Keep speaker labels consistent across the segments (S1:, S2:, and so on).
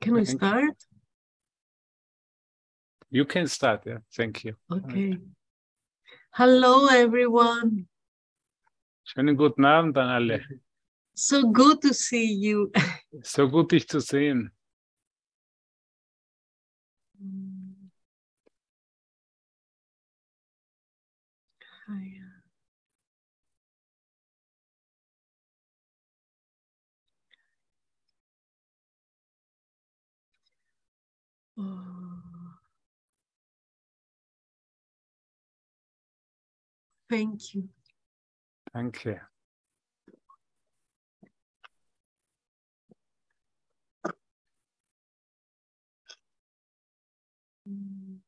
S1: Can I
S2: Thank you.
S1: start?
S2: You can start. Yeah. Thank you.
S1: Okay. Hello, everyone.
S2: Schönen guten Abend an alle.
S1: So good to see you.
S2: So gut, dich zu sehen.
S1: Hi. Oh. Thank you.
S2: Danke.
S1: Mm.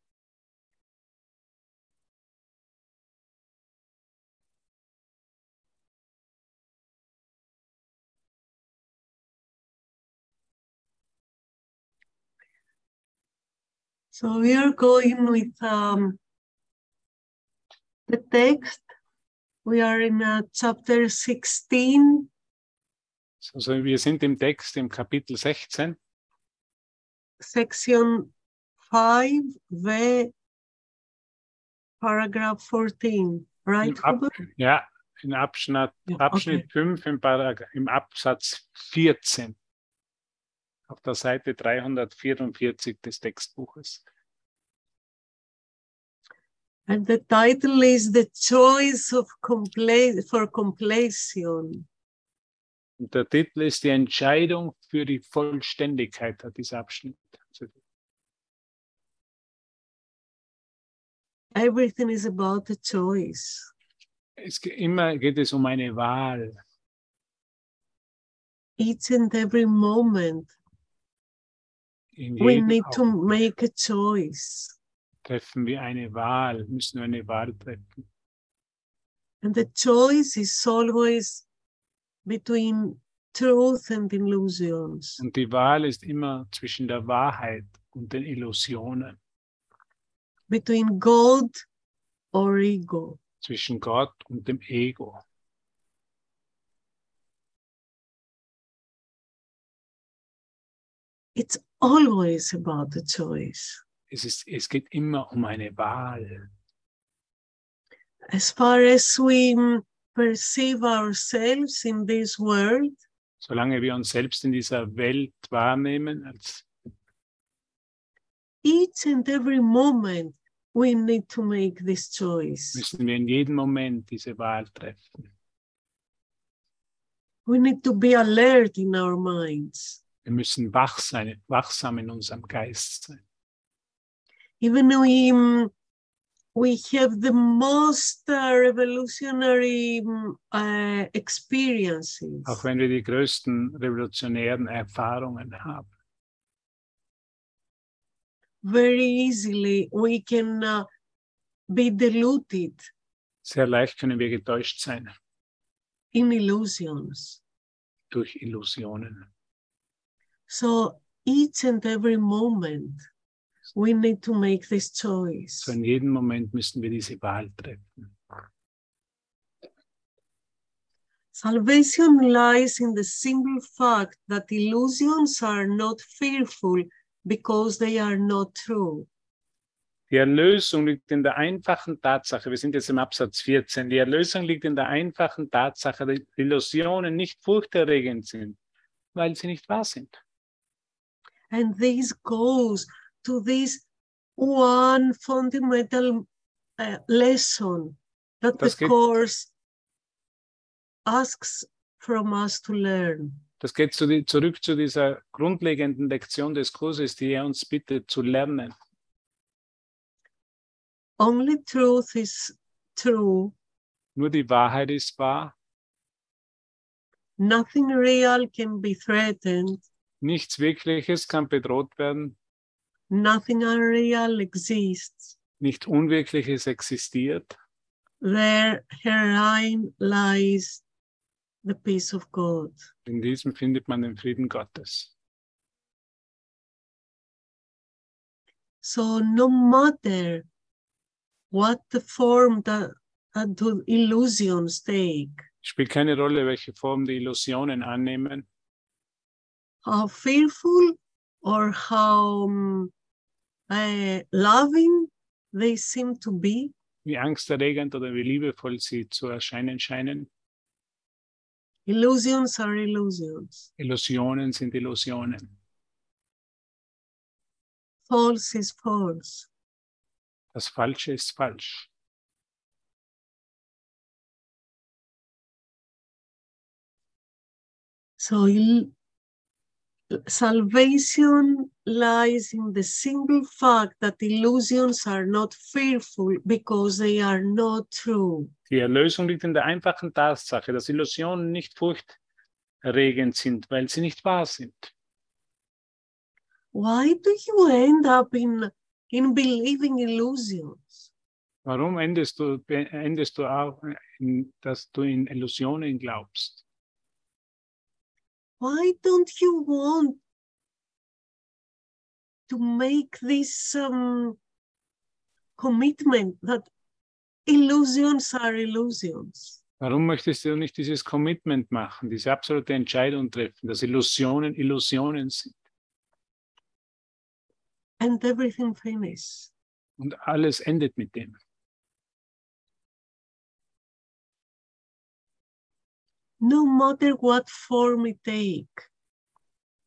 S1: So we are going with um, the text. We are in uh, chapter 16,
S2: So, so wir sind im Text im Kapitel 16,
S1: section 5, v, paragraph 14, right?
S2: Ab-
S1: Hubert?
S2: ja, in Abschnitt,
S1: Ja,
S2: Abschnitt 5 im, Parag im Absatz 14 auf der Seite 344 des Textbuches.
S1: And the title is The Choice of Compla- for Completion.
S2: Und der Titel ist die Entscheidung für die Vollständigkeit hat dieser Abschnitt. Also
S1: Everything is about the choice.
S2: es, ge- immer geht es um eine Wahl.
S1: Each and every moment,
S2: In
S1: we
S2: jedem
S1: need to
S2: Augenblick
S1: make a choice.
S2: treffen wir eine Wahl, müssen wir eine Wahl treffen.
S1: And the choice is always between truth and illusions.
S2: Und die Wahl ist immer zwischen der Wahrheit und den Illusionen,
S1: between God or ego.
S2: zwischen Gott und dem Ego.
S1: It's always about the choice.
S2: Es, ist, es geht immer um eine Wahl.
S1: As far as we mm, perceive ourselves in this world,
S2: Solange wir uns selbst in dieser Welt wahrnehmen, als
S1: each and every moment we need to make this choice.
S2: müssen wir in jedem Moment diese Wahl treffen.
S1: We need to be alert in our minds.
S2: Wir müssen wach sein, wachsam in unserem Geist sein.
S1: Even we, mm, we have the most uh, revolutionary mm, uh, experiences.
S2: Auch wenn wir die größten revolutionären Erfahrungen haben.
S1: very easily we can uh, be deluded
S2: Sehr leicht können wir getäuscht sein
S1: in illusions.
S2: durch Illusionen.
S1: So each and every moment we need to make this choice.
S2: So in jedem Moment müssen wir diese Wahl treffen.
S1: Salvation lies in the simple fact that illusions are not fearful because they are not true.
S2: Die Erlösung liegt in der einfachen Tatsache, wir sind jetzt im Absatz 14, die Erlösung liegt in der einfachen Tatsache, dass Illusionen nicht furchterregend sind, weil sie nicht wahr sind.
S1: And this goes to this one fundamental uh, lesson that
S2: Das
S1: the
S2: geht-
S1: Course asks from us to learn.
S2: Das geht zu die, zurück zu dieser grundlegenden Lektion des Kurses, die er uns bittet zu lernen.
S1: Only truth is true,
S2: Nur die Wahrheit ist wahr,
S1: nothing real can be threatened,
S2: nichts Wirkliches kann bedroht werden,
S1: nothing unreal exists.
S2: nicht Unwirkliches existiert.
S1: There herein lies the peace of God.
S2: In diesem findet man den Frieden Gottes.
S1: So no matter what the form that, that the illusions take,
S2: Spielt keine Rolle, welche Form die Illusionen annehmen,
S1: how fearful or how um, uh, loving they seem to be,
S2: wie angsterregend oder wie liebevoll sie zu erscheinen scheinen.
S1: illusions are illusions.
S2: Illusionen sind Illusionen.
S1: False is false.
S2: Das Falsche ist falsch.
S1: So il- salvation lies in the single fact that illusions are not fearful because they are not true.
S2: Die Erlösung liegt in der einfachen Tatsache, dass Illusionen nicht furchterregend sind, weil sie nicht wahr sind.
S1: Why do you end up in, in believing illusions?
S2: Warum endest du, be- endest du auch, in, dass du in Illusionen glaubst?
S1: Why don't you want to make this um, commitment that illusions are illusions?
S2: Warum möchtest du nicht dieses Commitment machen, diese absolute Entscheidung treffen, dass Illusionen Illusionen sind
S1: and everything finishes.
S2: und alles endet mit dem?
S1: No matter what form it take,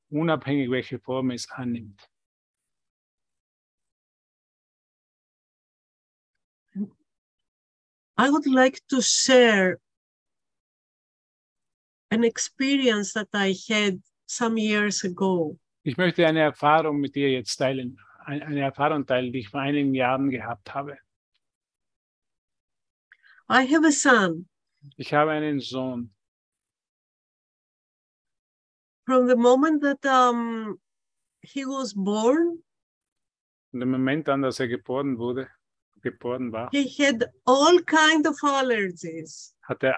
S2: Unabhängig, welche Form es annimmt.
S1: I would like to share an experience that I had some years ago.
S2: Ich möchte eine Erfahrung mit dir jetzt teilen, ein- eine Erfahrung teilen, die ich vor einigen Jahren gehabt habe.
S1: I have a son
S2: Ich habe einen Sohn.
S1: from the moment that um, he was born,
S2: Und im Moment an, dass er geboren wurde, geboren war,
S1: he had all kind of allergies
S2: hat er,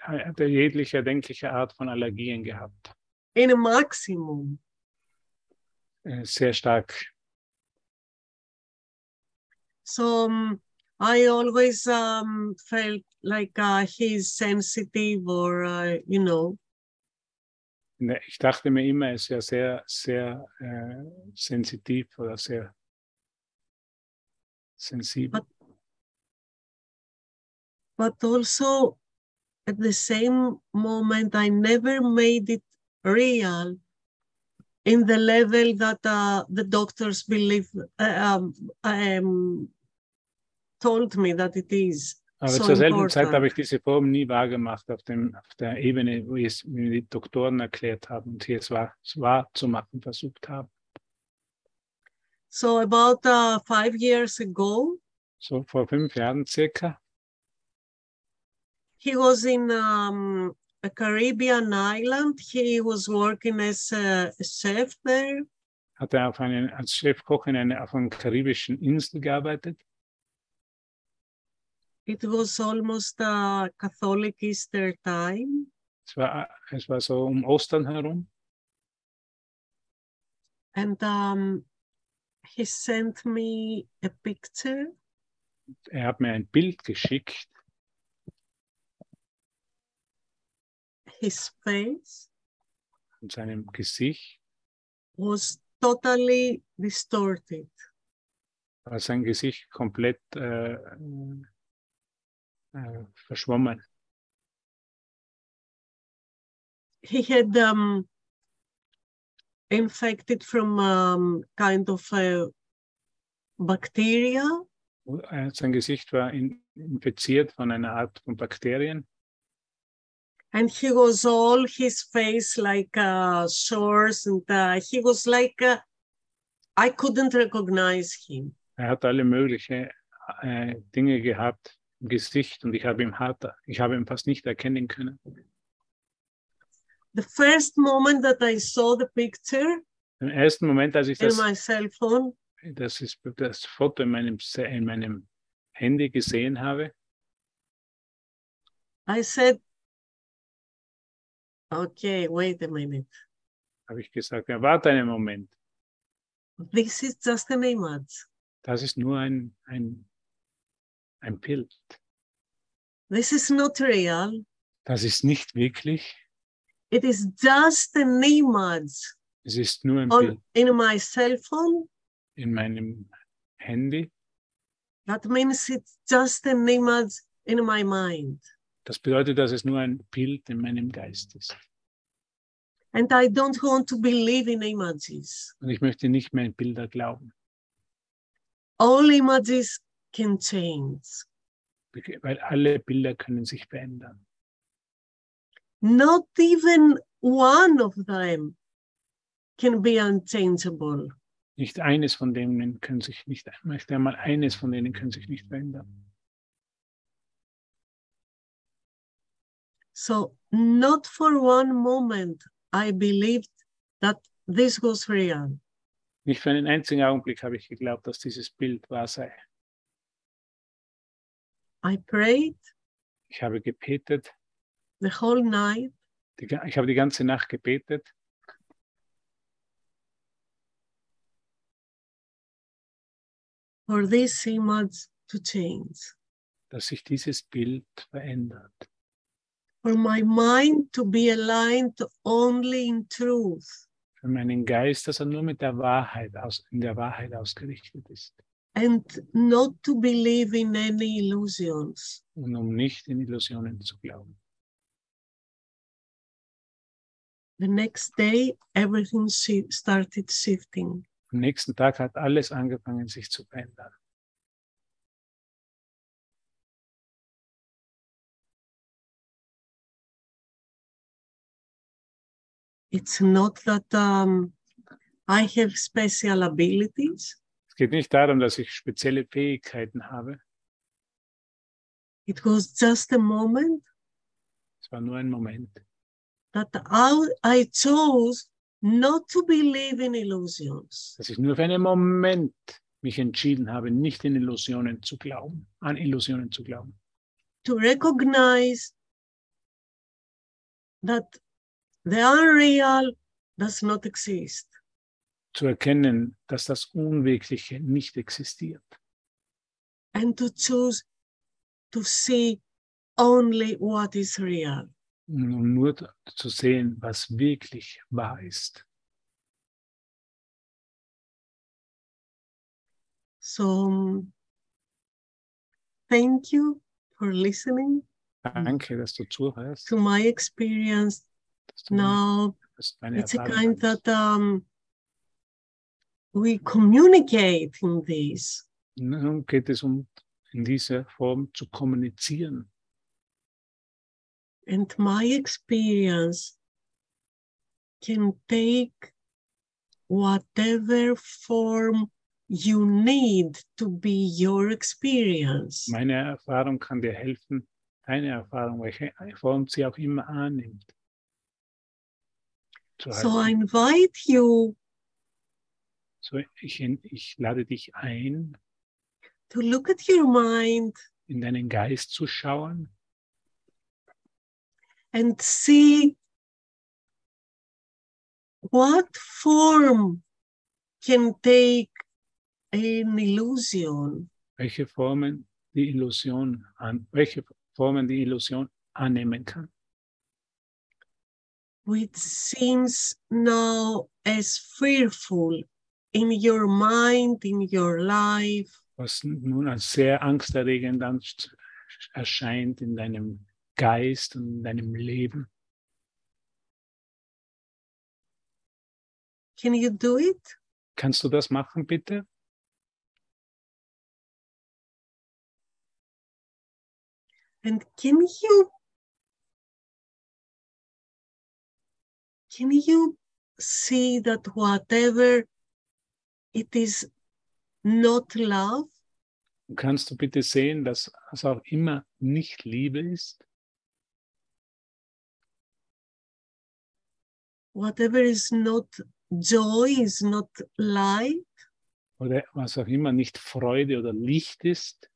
S2: hat er jegliche erdenkliche Art von Allergien gehabt.
S1: in a maximum.
S2: äh, sehr stark.
S1: So um, I always um, felt like uh, he's sensitive or, uh, you know,
S2: Ne, Ich dachte mir immer, er ist ja sehr, sehr äh, sensitiv oder sehr sensibel.
S1: but also at the same moment i never made it real in the level that uh, the doctors believe uh, um, um, told me that it is
S2: Aber
S1: so
S2: zur selben
S1: important.
S2: Zeit habe ich diese Form nie wahrgemacht auf, dem, auf der Ebene, wo es mir die Doktoren erklärt haben und hier es wahr, es wahr zu machen versucht haben.
S1: so about uh, five years ago
S2: So vor fünf Jahren circa
S1: he was in um, a caribbean island he was working as a a chef there
S2: hat er auf einen, als Chefkoch in einer, auf einer karibischen Insel gearbeitet.
S1: it was almost uh, catholic easter time
S2: Es war, es war so um Ostern herum.
S1: and um, he sent me a picture
S2: Er hat mir ein Bild geschickt,
S1: his face
S2: von seinem Gesicht.
S1: was totally distorted
S2: war sein Gesicht komplett äh, äh, verschwommen.
S1: he had um, infected from um, kind of a bacteria
S2: Äh, Sein Gesicht war in, infiziert von einer Art von Bakterien
S1: and he was all his face like uh, sores and uh, he was like uh, i couldn't recognize him
S2: Er hat alle möglichen äh, Dinge gehabt im Gesicht und ich habe ihn hart, ich habe ihn fast nicht erkennen können.
S1: the first moment that i saw the picture
S2: Im ersten Moment, als ich
S1: in
S2: das,
S1: my cell phone
S2: das, ist, das Foto in meinem, Se- in meinem Handy gesehen habe,
S1: I said, okay, wait a minute.
S2: habe ich gesagt, ja, warte einen Moment,
S1: This is just an image.
S2: das ist nur ein, ein, ein Bild.
S1: This is not real.
S2: Das ist nicht wirklich,
S1: It is just an image
S2: Es ist nur ein Bild
S1: on in my cell phone.
S2: in meinem Handy.
S1: That means it's just an image in my mind.
S2: Das bedeutet, dass es nur ein Bild in meinem Geist ist.
S1: And I don't want to believe in images.
S2: Und ich möchte nicht mehr in Bilder glauben,
S1: All images can change.
S2: weil alle Bilder können sich verändern.
S1: Not even one of them can be unchangeable.
S2: Nicht eines von denen können sich nicht, nicht einmal eines von denen können sich nicht verändern.
S1: So, not for one moment I believed that this was real.
S2: Nicht für einen einzigen Augenblick habe ich geglaubt, dass dieses Bild wahr sei.
S1: I prayed
S2: Ich habe gebetet,
S1: the whole night.
S2: die, ga- ich habe die ganze Nacht gebetet
S1: for this image to change,
S2: dass sich dieses Bild verändert,
S1: for my mind to be aligned only in truth,
S2: für meinen Geist, dass er nur mit der Wahrheit aus, in der Wahrheit ausgerichtet ist
S1: and not to believe in any illusions.
S2: und um nicht in Illusionen zu glauben.
S1: The next day, everything shi- started shifting.
S2: Am nächsten Tag hat alles angefangen, sich zu verändern.
S1: It's not that um, I have special abilities.
S2: Es geht nicht darum, dass ich spezielle Fähigkeiten habe.
S1: It was just a moment
S2: Es war nur ein Moment,
S1: that I, I chose not to believe in illusions.
S2: dass ich nur für einen Moment mich entschieden habe, nicht in Illusionen zu glauben, an Illusionen zu glauben.
S1: to recognize that the unreal does not exist.
S2: Zu erkennen, dass das Unwirkliche nicht existiert
S1: and to choose to see only what is real.
S2: und um nur zu sehen, was wirklich wahr ist.
S1: So, um, thank you for listening
S2: Danke, dass du zuhörst.
S1: to my experience.
S2: Dass du
S1: Now,
S2: dass meine
S1: it's a
S2: Erfahrung
S1: kind
S2: hast.
S1: that um, we communicate in this.
S2: Nun geht es um, in dieser Form zu kommunizieren.
S1: and my experience can take whatever form you need to be your experience.
S2: Meine Erfahrung kann dir helfen, deine Erfahrung, welche Form sie auch immer annimmt. Zu
S1: so I
S2: halten.
S1: invite you
S2: so ich, ich lade dich ein,
S1: to look at your mind
S2: in deinen Geist zu schauen
S1: and see what form can take an illusion
S2: welche Formen die Illusion an, welche Formen die Illusion annehmen kann,
S1: which seems now as fearful in your mind, in your life,
S2: was nun als sehr angsterregend an- erscheint in deinem Geist und in deinem Leben.
S1: can you do it?
S2: Kannst du das machen, bitte?
S1: And can you can you see that whatever it is not love,
S2: Und kannst du bitte sehen, dass es auch immer nicht Liebe ist?
S1: whatever is not joy, is not light,
S2: Oder was auch immer nicht Freude oder Licht ist,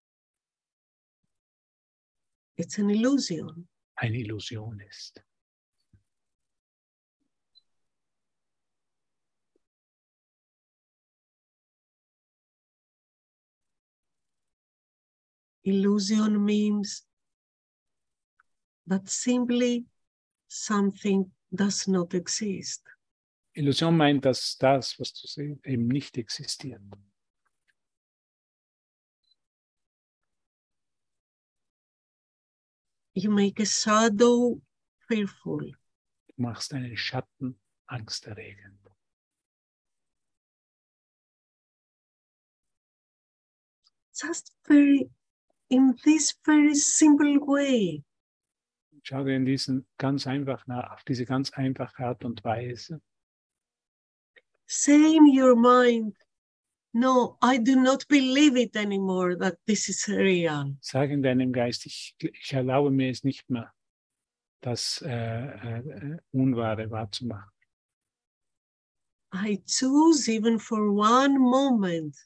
S1: it's an illusion.
S2: eine Illusion ist.
S1: Illusion means that simply something does not exist.
S2: Illusion meint, dass das, was du siehst, eben nicht existiert.
S1: You make a shadow fearful.
S2: Du machst einen Schatten angsterregend.
S1: Just very, in this very simple way.
S2: Schau dir in diesen ganz einfach nach, auf diese ganz einfache Art und Weise.
S1: Say in your mind, no, I do not believe it anymore that this is real.
S2: Sag in deinem Geist, ich, ich erlaube mir es nicht mehr, das äh, äh, Unwahre wahrzumachen.
S1: I choose even for one moment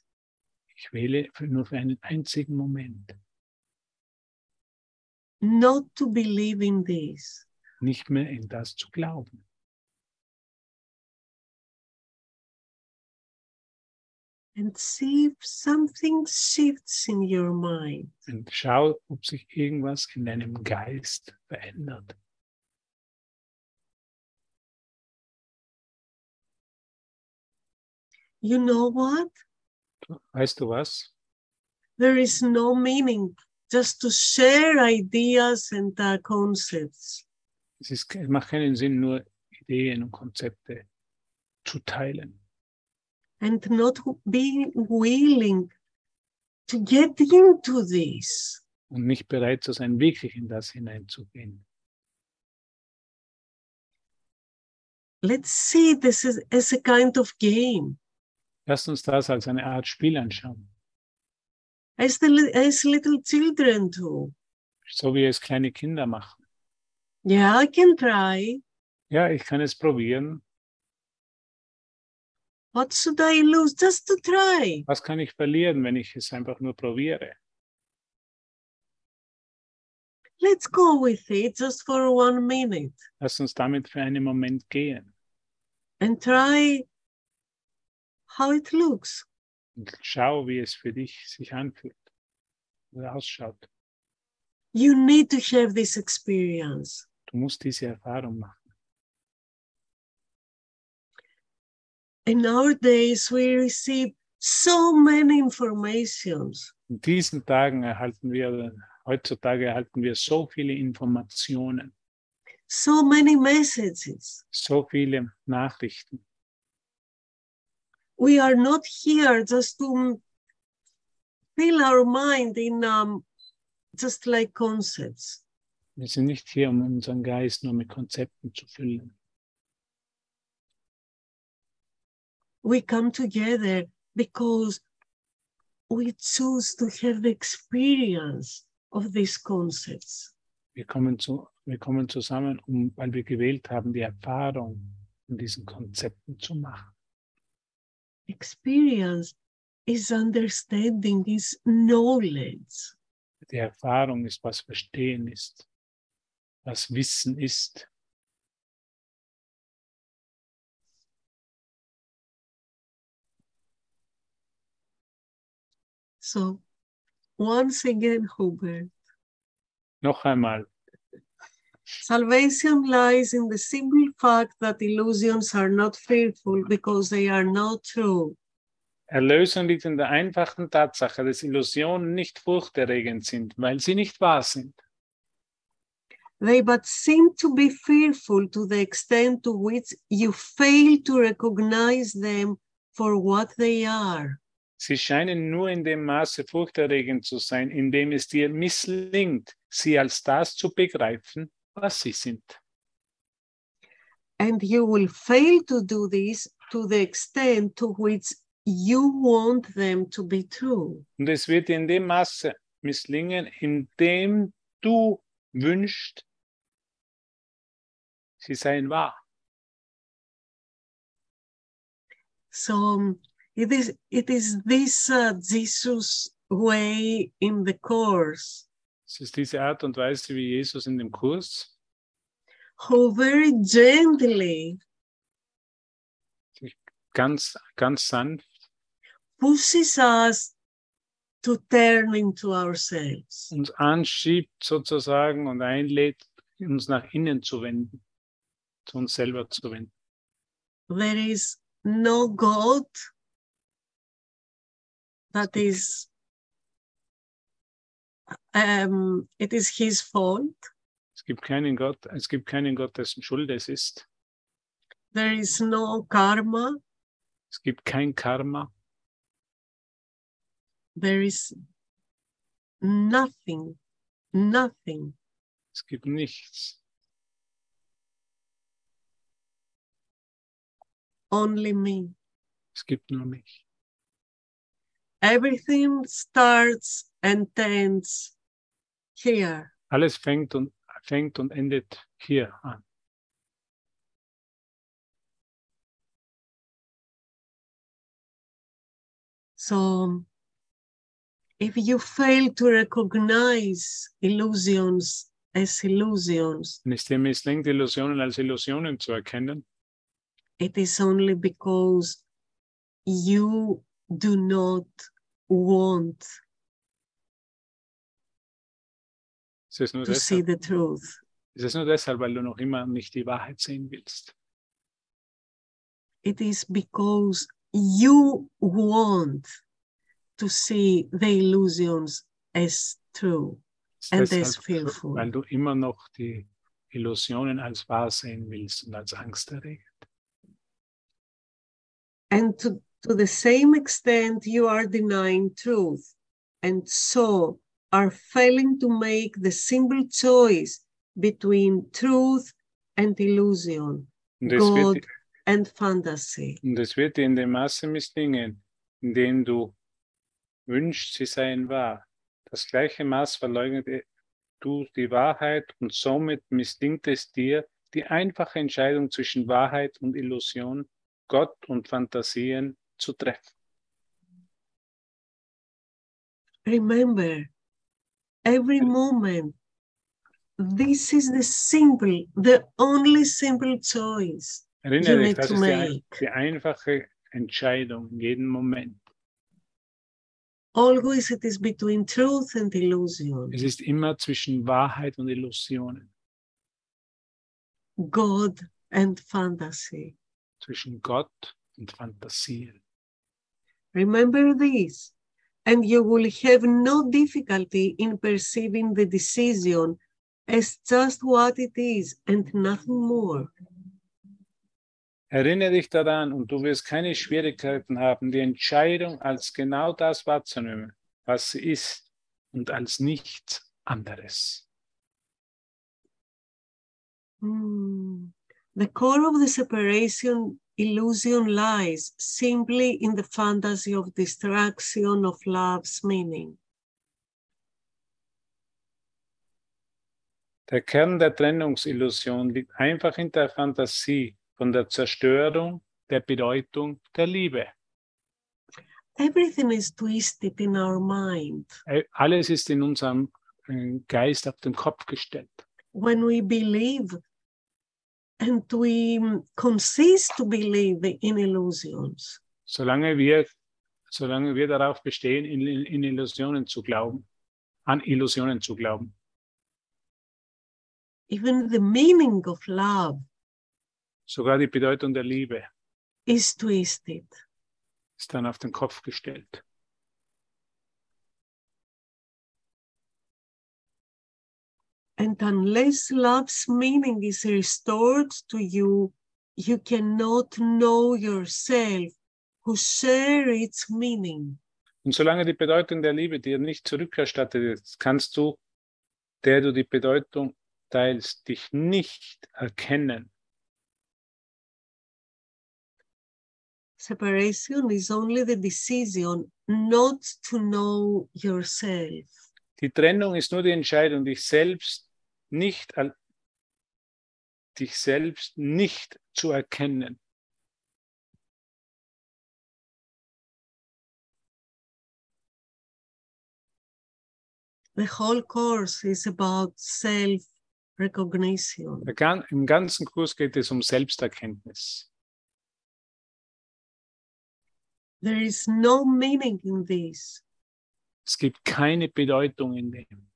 S2: Ich wähle für, nur für einen einzigen Moment
S1: not to believe in this.
S2: nicht mehr in das zu glauben.
S1: and see if something shifts in your mind.
S2: Und schau, ob sich irgendwas in deinem Geist verändert.
S1: You know what?
S2: Weißt du was?
S1: There is no meaning just to share ideas and uh, concepts.
S2: Es, ist, es macht keinen Sinn, nur Ideen und Konzepte zu teilen.
S1: and not being willing to get into this.
S2: und nicht bereit zu sein, wirklich in das hineinzugehen.
S1: Let's see this is, as a kind of game,
S2: Lasst uns das als eine Art Spiel anschauen,
S1: as, the, li- as little children do.
S2: so wie es kleine Kinder machen.
S1: Yeah, I can try.
S2: Ja, ich kann es probieren.
S1: What should I lose? Just to try.
S2: Was kann ich verlieren, wenn ich es einfach nur probiere?
S1: Let's go with it just for one minute
S2: Lasst uns damit für einen Moment gehen
S1: and try how it looks.
S2: und schau, wie es für dich sich anfühlt oder ausschaut.
S1: You need to have this experience.
S2: Du musst diese Erfahrung machen.
S1: In our days, we receive so many informations.
S2: In diesen Tagen erhalten wir, heutzutage erhalten wir so viele Informationen,
S1: so many messages.
S2: so viele Nachrichten.
S1: We are not here just to fill our mind in um, just like concepts.
S2: Wir sind nicht hier, um unseren Geist nur mit Konzepten zu füllen.
S1: We come together because we choose to have the experience of these concepts.
S2: Wir kommen, zu, wir kommen zusammen, um, weil wir gewählt haben, die Erfahrung in diesen Konzepten zu machen.
S1: Experience is understanding, is knowledge.
S2: Die Erfahrung ist, was Verstehen ist, was Wissen ist.
S1: So, once again, Hubert,
S2: Noch einmal,
S1: Salvation lies in the simple fact that illusions are not fearful because they are not true.
S2: Erlösung liegt in der einfachen Tatsache, dass Illusionen nicht furchterregend sind, weil sie nicht wahr sind.
S1: They but seem to be fearful to the extent to which you fail to recognize them for what they are.
S2: Sie scheinen nur in dem Maße furchterregend zu sein, indem es dir misslingt, sie als das zu begreifen, was sie sind.
S1: And you will fail to do this to the extent to which you want them to be true.
S2: Und es wird dir in dem Maße misslingen, in dem du wünschst, sie seien wahr.
S1: So um, it is, it is this uh, Jesus way in the Course
S2: Es ist diese Art und Weise, wie Jesus in dem Kurs
S1: who very gently
S2: ganz, ganz sanft
S1: pushes us to turn into ourselves.
S2: uns anschiebt sozusagen und einlädt, uns nach innen zu wenden, zu uns selber zu wenden.
S1: there is no God that is, um, it is his fault.
S2: Es gibt keinen Gott, es gibt keinen Gott, dessen Schuld es ist.
S1: There is no karma.
S2: Es gibt kein Karma.
S1: There is nothing, nothing.
S2: Es gibt nichts.
S1: Only me.
S2: Es gibt nur mich.
S1: Everything starts and ends here.
S2: Alles fängt und, fängt und endet hier an.
S1: So if you fail to recognize illusions as illusions,
S2: Wenn es dir misslingt, Illusionen als Illusionen zu erkennen,
S1: it is only because you do not want
S2: ist es nur
S1: to see
S2: deshalb,
S1: the truth.
S2: ist es nur deshalb, weil du noch immer nicht die Wahrheit sehen willst.
S1: It is because you want to see the illusions as true
S2: Es
S1: and
S2: Ist
S1: as
S2: deshalb,
S1: fearful.
S2: weil du immer noch die Illusionen als wahr sehen willst und als angsterregend.
S1: And to, to the same extent, you are denying truth, and so are failing to make the simple choice between truth and illusion,
S2: Und es wird,
S1: Gott. and fantasy.
S2: Und es wird dir in dem Maße misslingen, in dem du wünschst, sie seien wahr. Das gleiche Maß verleugnet du die Wahrheit und somit misslingt es dir, die einfache Entscheidung zwischen Wahrheit und Illusion, Gott und Fantasien zu treffen.
S1: Remember, every moment, this is the simple, the only simple choice you
S2: Erinnere dich,
S1: need
S2: das
S1: to
S2: ist die, ein-
S1: make.
S2: die einfache Entscheidung in jedem Moment.
S1: Always it is between truth and illusion,
S2: Es ist immer zwischen Wahrheit und Illusionen,
S1: God and fantasy.
S2: zwischen Gott und Fantasien.
S1: Remember this, and you will have no difficulty in perceiving the decision as just what it is and nothing more.
S2: Erinnere dich daran und du wirst keine Schwierigkeiten haben, die Entscheidung als genau das wahrzunehmen, was sie ist und als nichts anderes.
S1: Hmm. The core of the separation illusion lies simply in the fantasy of distraction of love's meaning.
S2: Der Kern der Trennungsillusion liegt einfach in der Fantasie von der Zerstörung der Bedeutung der Liebe.
S1: Everything is twisted in our mind.
S2: Äh, Alles ist in unserem äh, Geist auf den Kopf gestellt.
S1: when we believe and we consist to believe in illusions,
S2: Solange wir, solange wir darauf bestehen, in, in Illusionen zu glauben, an Illusionen zu glauben.
S1: even the meaning of love
S2: Sogar die Bedeutung der Liebe
S1: is twisted.
S2: ist dann auf den Kopf gestellt.
S1: And unless love's meaning is restored to you, you cannot know yourself who share its meaning.
S2: Und solange die Bedeutung der Liebe dir nicht zurückerstattet ist, kannst du, der du die Bedeutung teilst, dich nicht erkennen.
S1: Separation is only the decision not to know yourself.
S2: Die Trennung ist nur die Entscheidung, dich selbst nicht, al- dich selbst nicht zu erkennen.
S1: The whole course is about self recognition.
S2: Der gan- Im ganzen Kurs geht es um Selbsterkenntnis.
S1: There is no meaning in this
S2: Es gibt keine Bedeutung in dem,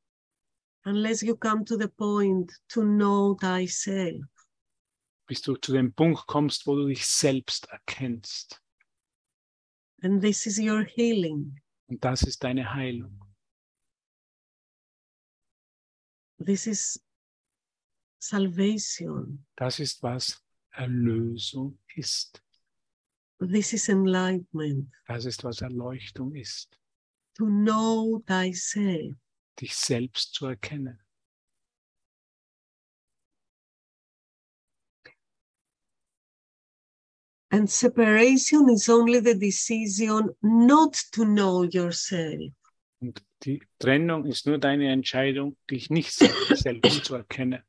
S1: unless you come to the point to know thyself.
S2: bis du zu dem Punkt kommst, wo du dich selbst erkennst.
S1: And this is your healing.
S2: Und das ist deine Heilung.
S1: This is salvation.
S2: Das ist, was Erlösung ist.
S1: This is enlightenment.
S2: Das ist, was Erleuchtung ist.
S1: To know thyself.
S2: Dich selbst zu erkennen.
S1: And separation is only the decision not to know yourself.
S2: Und die Trennung ist nur deine Entscheidung, dich nicht selbst selbst zu erkennen.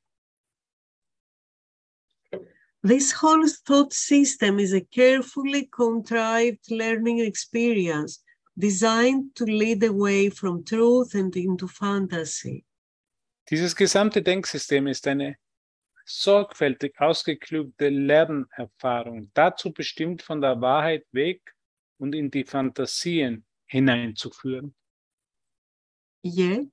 S1: This whole thought system is a carefully contrived learning experience designed to lead away from truth and into fantasy.
S2: Dieses gesamte Denksystem ist eine sorgfältig ausgeklügelte Lernerfahrung, dazu bestimmt, von der Wahrheit weg und in die Fantasien hineinzuführen.
S1: Yet,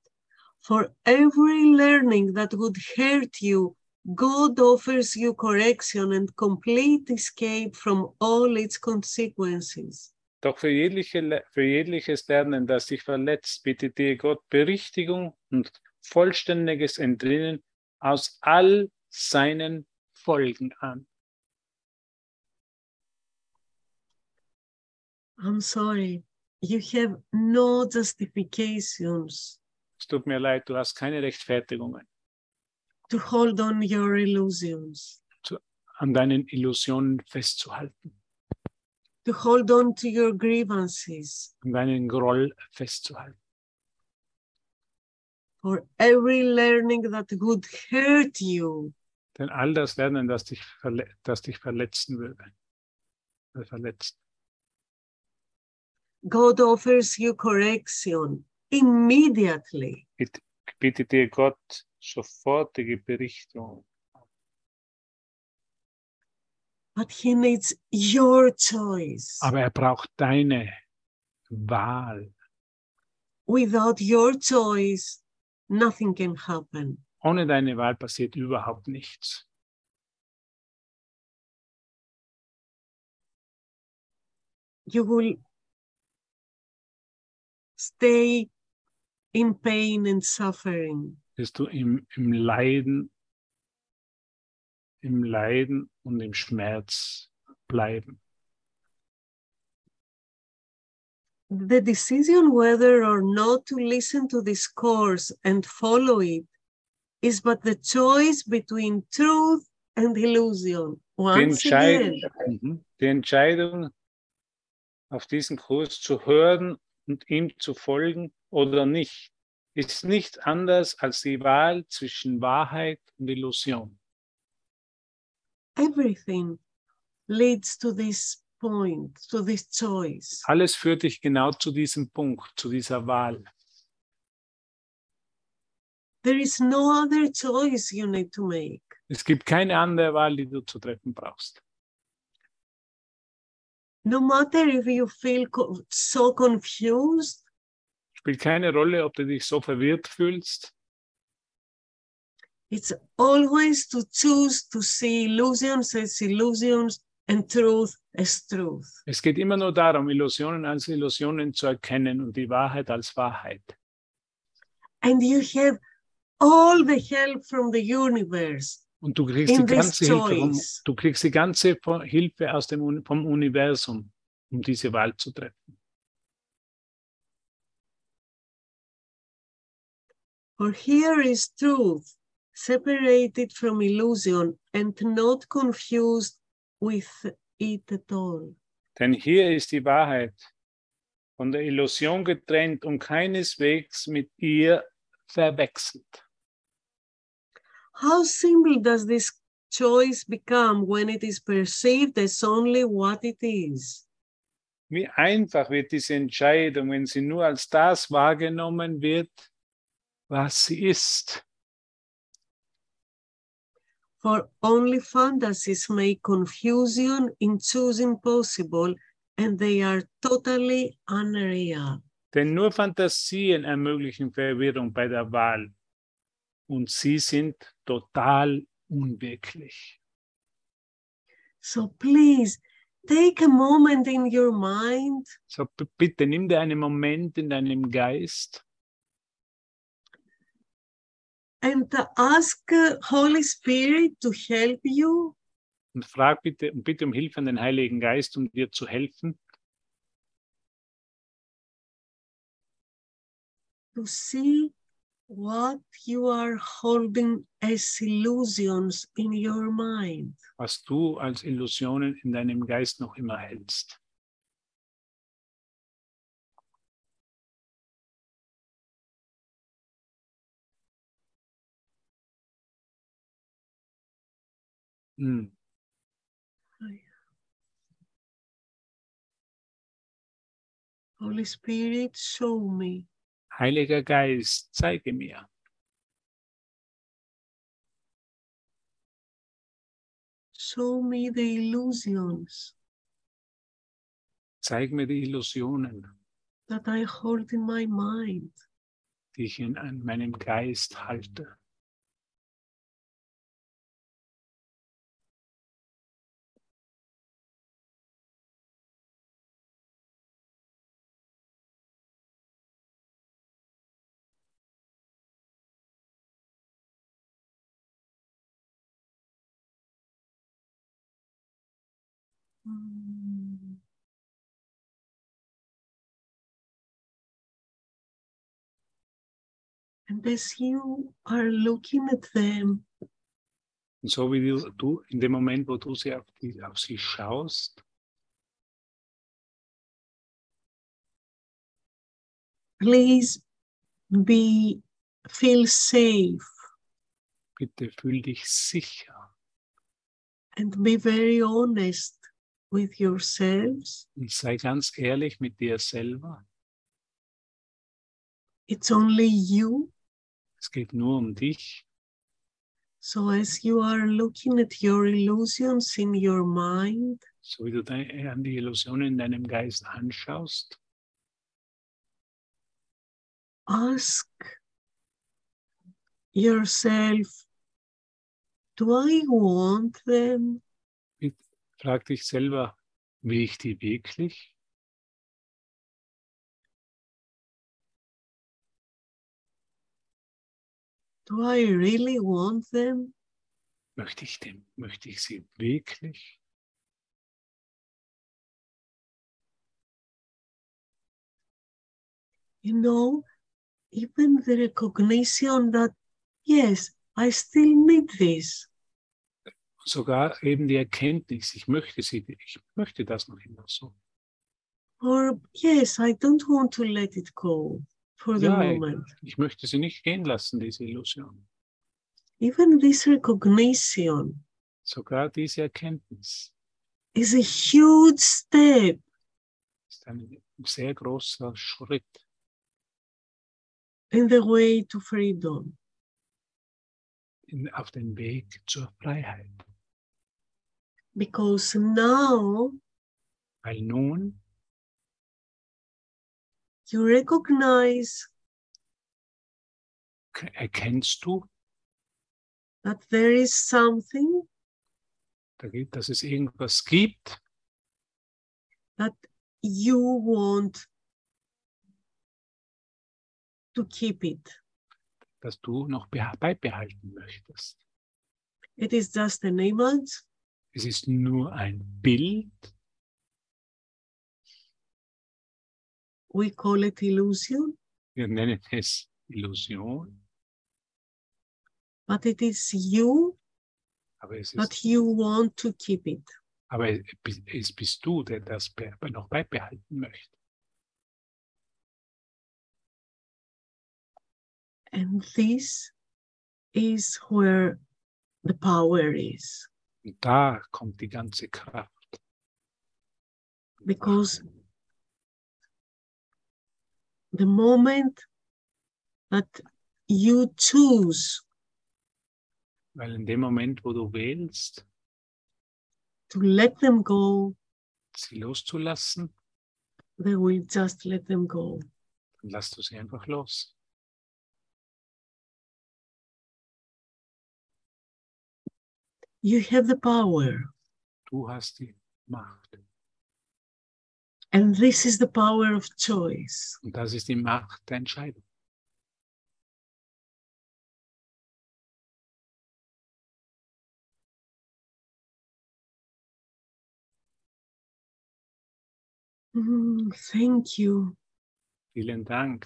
S1: for every learning that would hurt you, God offers you correction and complete escape from all its consequences.
S2: Doch für, jegliche, Le- für jegliches Lernen, das dich verletzt, bietet dir Gott Berichtigung und vollständiges Entrinnen aus all seinen Folgen an.
S1: I'm sorry, you have no justifications
S2: Es tut mir leid, du hast keine Rechtfertigungen
S1: to hold on your illusions,
S2: an deinen Illusionen festzuhalten,
S1: to hold on to your grievances.
S2: an deinen Groll festzuhalten.
S1: For every learning that would hurt you,
S2: Denn all das Lernen, das dich, verle das dich verletzen würde, äh, verletzt,
S1: God offers you correction immediately.
S2: bietet dir Gott sofortige Berichtigung.
S1: But He needs your choice.
S2: Aber er braucht deine Wahl.
S1: Without your choice, nothing can happen.
S2: Ohne deine Wahl passiert überhaupt nichts.
S1: You will stay in pain and suffering.
S2: Bist du im, im Leiden, im Leiden und im Schmerz bleiben.
S1: The decision whether or not to listen to this course and follow it is but the choice between truth and illusion.
S2: Die
S1: Once again,
S2: Entscheidung, Mhm. die Entscheidung, auf diesen Kurs zu hören und ihm zu folgen oder nicht, ist nicht anders als die Wahl zwischen Wahrheit und Illusion.
S1: everything leads to this point, to this choice.
S2: Alles führt dich genau zu diesem Punkt, zu dieser Wahl.
S1: There is no other choice you need to make.
S2: Es gibt keine andere Wahl, die du zu treffen brauchst.
S1: No matter if you feel co- so confused,
S2: Spielt keine Rolle, ob du dich so verwirrt fühlst.
S1: it's always to choose to see illusions as illusions and truth as truth.
S2: Es geht immer nur darum, Illusionen als Illusionen zu erkennen und die Wahrheit als Wahrheit.
S1: And you have all the help from the universe.
S2: Und du kriegst die
S1: In this
S2: ganze Hilfe vom,
S1: choice.
S2: du kriegst die ganze Vo- Hilfe aus dem Uni- vom Universum, um diese Wahl zu treffen.
S1: For here is truth, separated from illusion and not confused with it at all.
S2: Denn hier ist die Wahrheit von der Illusion getrennt und keineswegs mit ihr verwechselt.
S1: How simple does this choice become when it is perceived as only what it is?
S2: Wie einfach wird diese Entscheidung, wenn sie nur als das wahrgenommen wird, was sie ist.
S1: For only fantasies make confusion in choosing possible, and they are totally unreal.
S2: Denn nur Fantasien ermöglichen Verwirrung bei der Wahl. Und sie sind total unwirklich.
S1: So please take a moment in your mind
S2: So b- bitte nimm dir einen Moment in deinem Geist
S1: and uh, ask uh, Holy Spirit to help you
S2: und frag bitte und bitte um Hilfe an den Heiligen Geist, um dir zu helfen,
S1: to see what you are holding as illusions in your mind.
S2: was du als Illusionen in deinem Geist noch immer hältst. Hm.
S1: Holy Spirit, show me.
S2: Heiliger Geist, zeige mir.
S1: Show me the illusions
S2: Zeig mir die Illusionen,
S1: that I hold in my mind.
S2: die ich in an meinem Geist halte.
S1: Mm. And as you are looking at them,
S2: Und so wie du, du in dem Moment, wo du sie auf, die, auf sie schaust,
S1: please be feel safe
S2: bitte fühl dich sicher
S1: and be very honest with yourselves.
S2: und sei ganz ehrlich mit dir selber.
S1: It's only you.
S2: Es geht nur um dich.
S1: So as you are looking at your illusions in your mind,
S2: So wie du dein, an die Illusionen in deinem Geist anschaust,
S1: ask yourself, do I want them?
S2: frag dich selber, will ich die wirklich?
S1: Do I really want them?
S2: Möchte ich, dem, möchte ich sie wirklich?
S1: You know, even the recognition that, yes, I still need this.
S2: sogar eben die Erkenntnis, ich möchte sie, ich möchte das noch immer so.
S1: Or, yes, I don't want to let it go for the
S2: Yeah, I-
S1: moment.
S2: Ich möchte sie nicht gehen lassen, diese Illusion.
S1: Even this recognition
S2: Sogar diese Erkenntnis
S1: is a huge step
S2: ist ein sehr großer Schritt
S1: in the way to freedom.
S2: in, auf dem Weg zur Freiheit.
S1: Because now
S2: Weil nun
S1: you recognize
S2: k- erkennst du,
S1: that there is something
S2: da gibt- dass es irgendwas gibt,
S1: that you want to keep it.
S2: das du noch beha- beibehalten möchtest.
S1: It is just an image,
S2: Es ist nur ein Bild,
S1: we call it illusion,
S2: wir nennen es Illusion,
S1: but it is you
S2: aber es ist
S1: that you want to keep it.
S2: Aber es bist du, der das be- noch beibehalten möchte.
S1: And this is where the power is,
S2: Und da kommt die ganze Kraft.
S1: because the moment that you choose
S2: Weil in dem Moment, wo du wählst,
S1: to let them go,
S2: sie loszulassen,
S1: they will just let them go.
S2: dann lass du sie einfach los.
S1: You have the power.
S2: Du hast die Macht.
S1: And this is the power of choice.
S2: Und das ist die Macht der Entscheidung.
S1: Mm, thank you.
S2: Vielen Dank.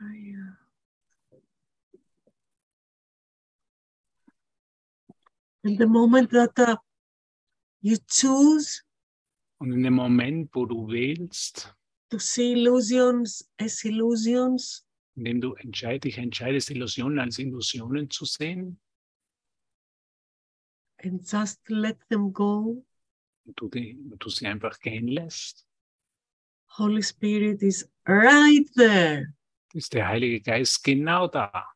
S1: I, uh, And the moment that uh, you choose
S2: Und in dem Moment, wo du wählst,
S1: to see illusions as illusions,
S2: in dem du entscheid, dich entscheidest, Illusionen als Illusionen zu sehen,
S1: and just let them go,
S2: und du, die, und du sie einfach gehen lässt,
S1: Holy Spirit is right there.
S2: ist der Heilige Geist genau da.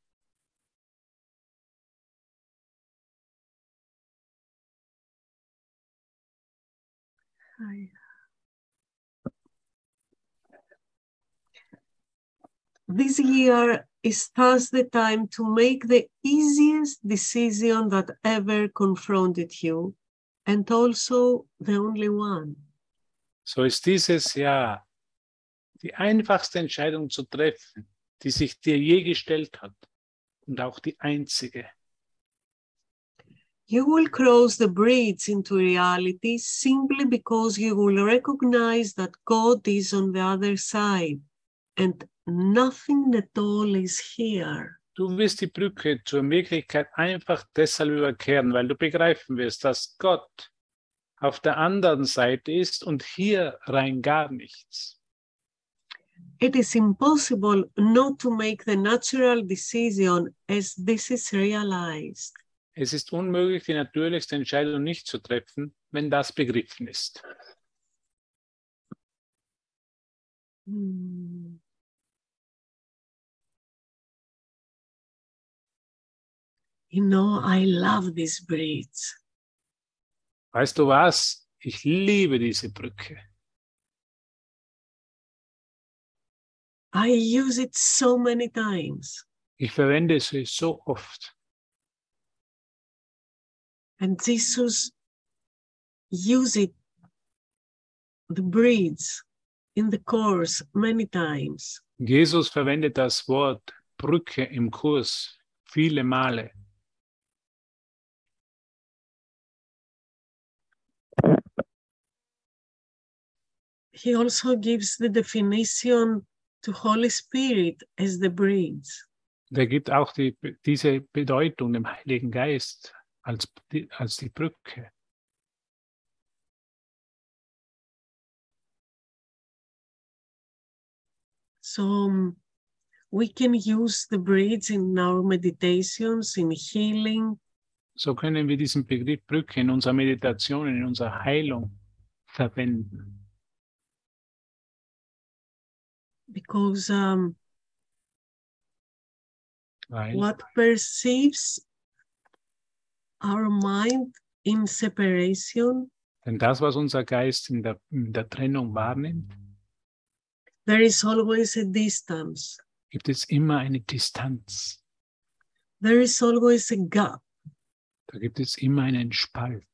S1: I- This year is thus the time to make the easiest decision that ever confronted you, and also the only one.
S2: So ist dieses Jahr die einfachste Entscheidung zu treffen, die sich dir je gestellt hat und auch die einzige.
S1: You will cross the bridge into reality simply because you will recognize that God is on the other side and nothing at all is here.
S2: Du wirst die Brücke zur Möglichkeit einfach deshalb überqueren, weil du begreifen wirst, dass Gott auf der anderen Seite ist und hier rein gar nichts.
S1: It is impossible not to make the natural decision as this is realized.
S2: Es ist unmöglich, die natürlichste Entscheidung nicht zu treffen, wenn das begriffen ist.
S1: Mm. You know, I love this bridge.
S2: Weißt du was? Ich liebe diese Brücke.
S1: I use it so many times.
S2: Ich verwende sie so oft.
S1: And Jesus used it, the breeds in the course many times.
S2: Jesus verwendet das Wort Brücke im Kurs viele Male.
S1: He also gives the definition to Holy Spirit as the breeds.
S2: Und er gibt auch die, diese Bedeutung dem Heiligen Geist als, die- als die Brücke.
S1: So um, we can use the breeds in our meditations, in healing,
S2: So können wir diesen Begriff Brücke in unserer Meditation, in unserer Heilung verwenden.
S1: because um,
S2: Weil
S1: what perceives our mind in separation,
S2: denn das, was unser Geist in der, in der Trennung wahrnimmt,
S1: there is always a distance.
S2: gibt es immer eine Distanz.
S1: there is always a gap.
S2: Da gibt es immer einen Spalt.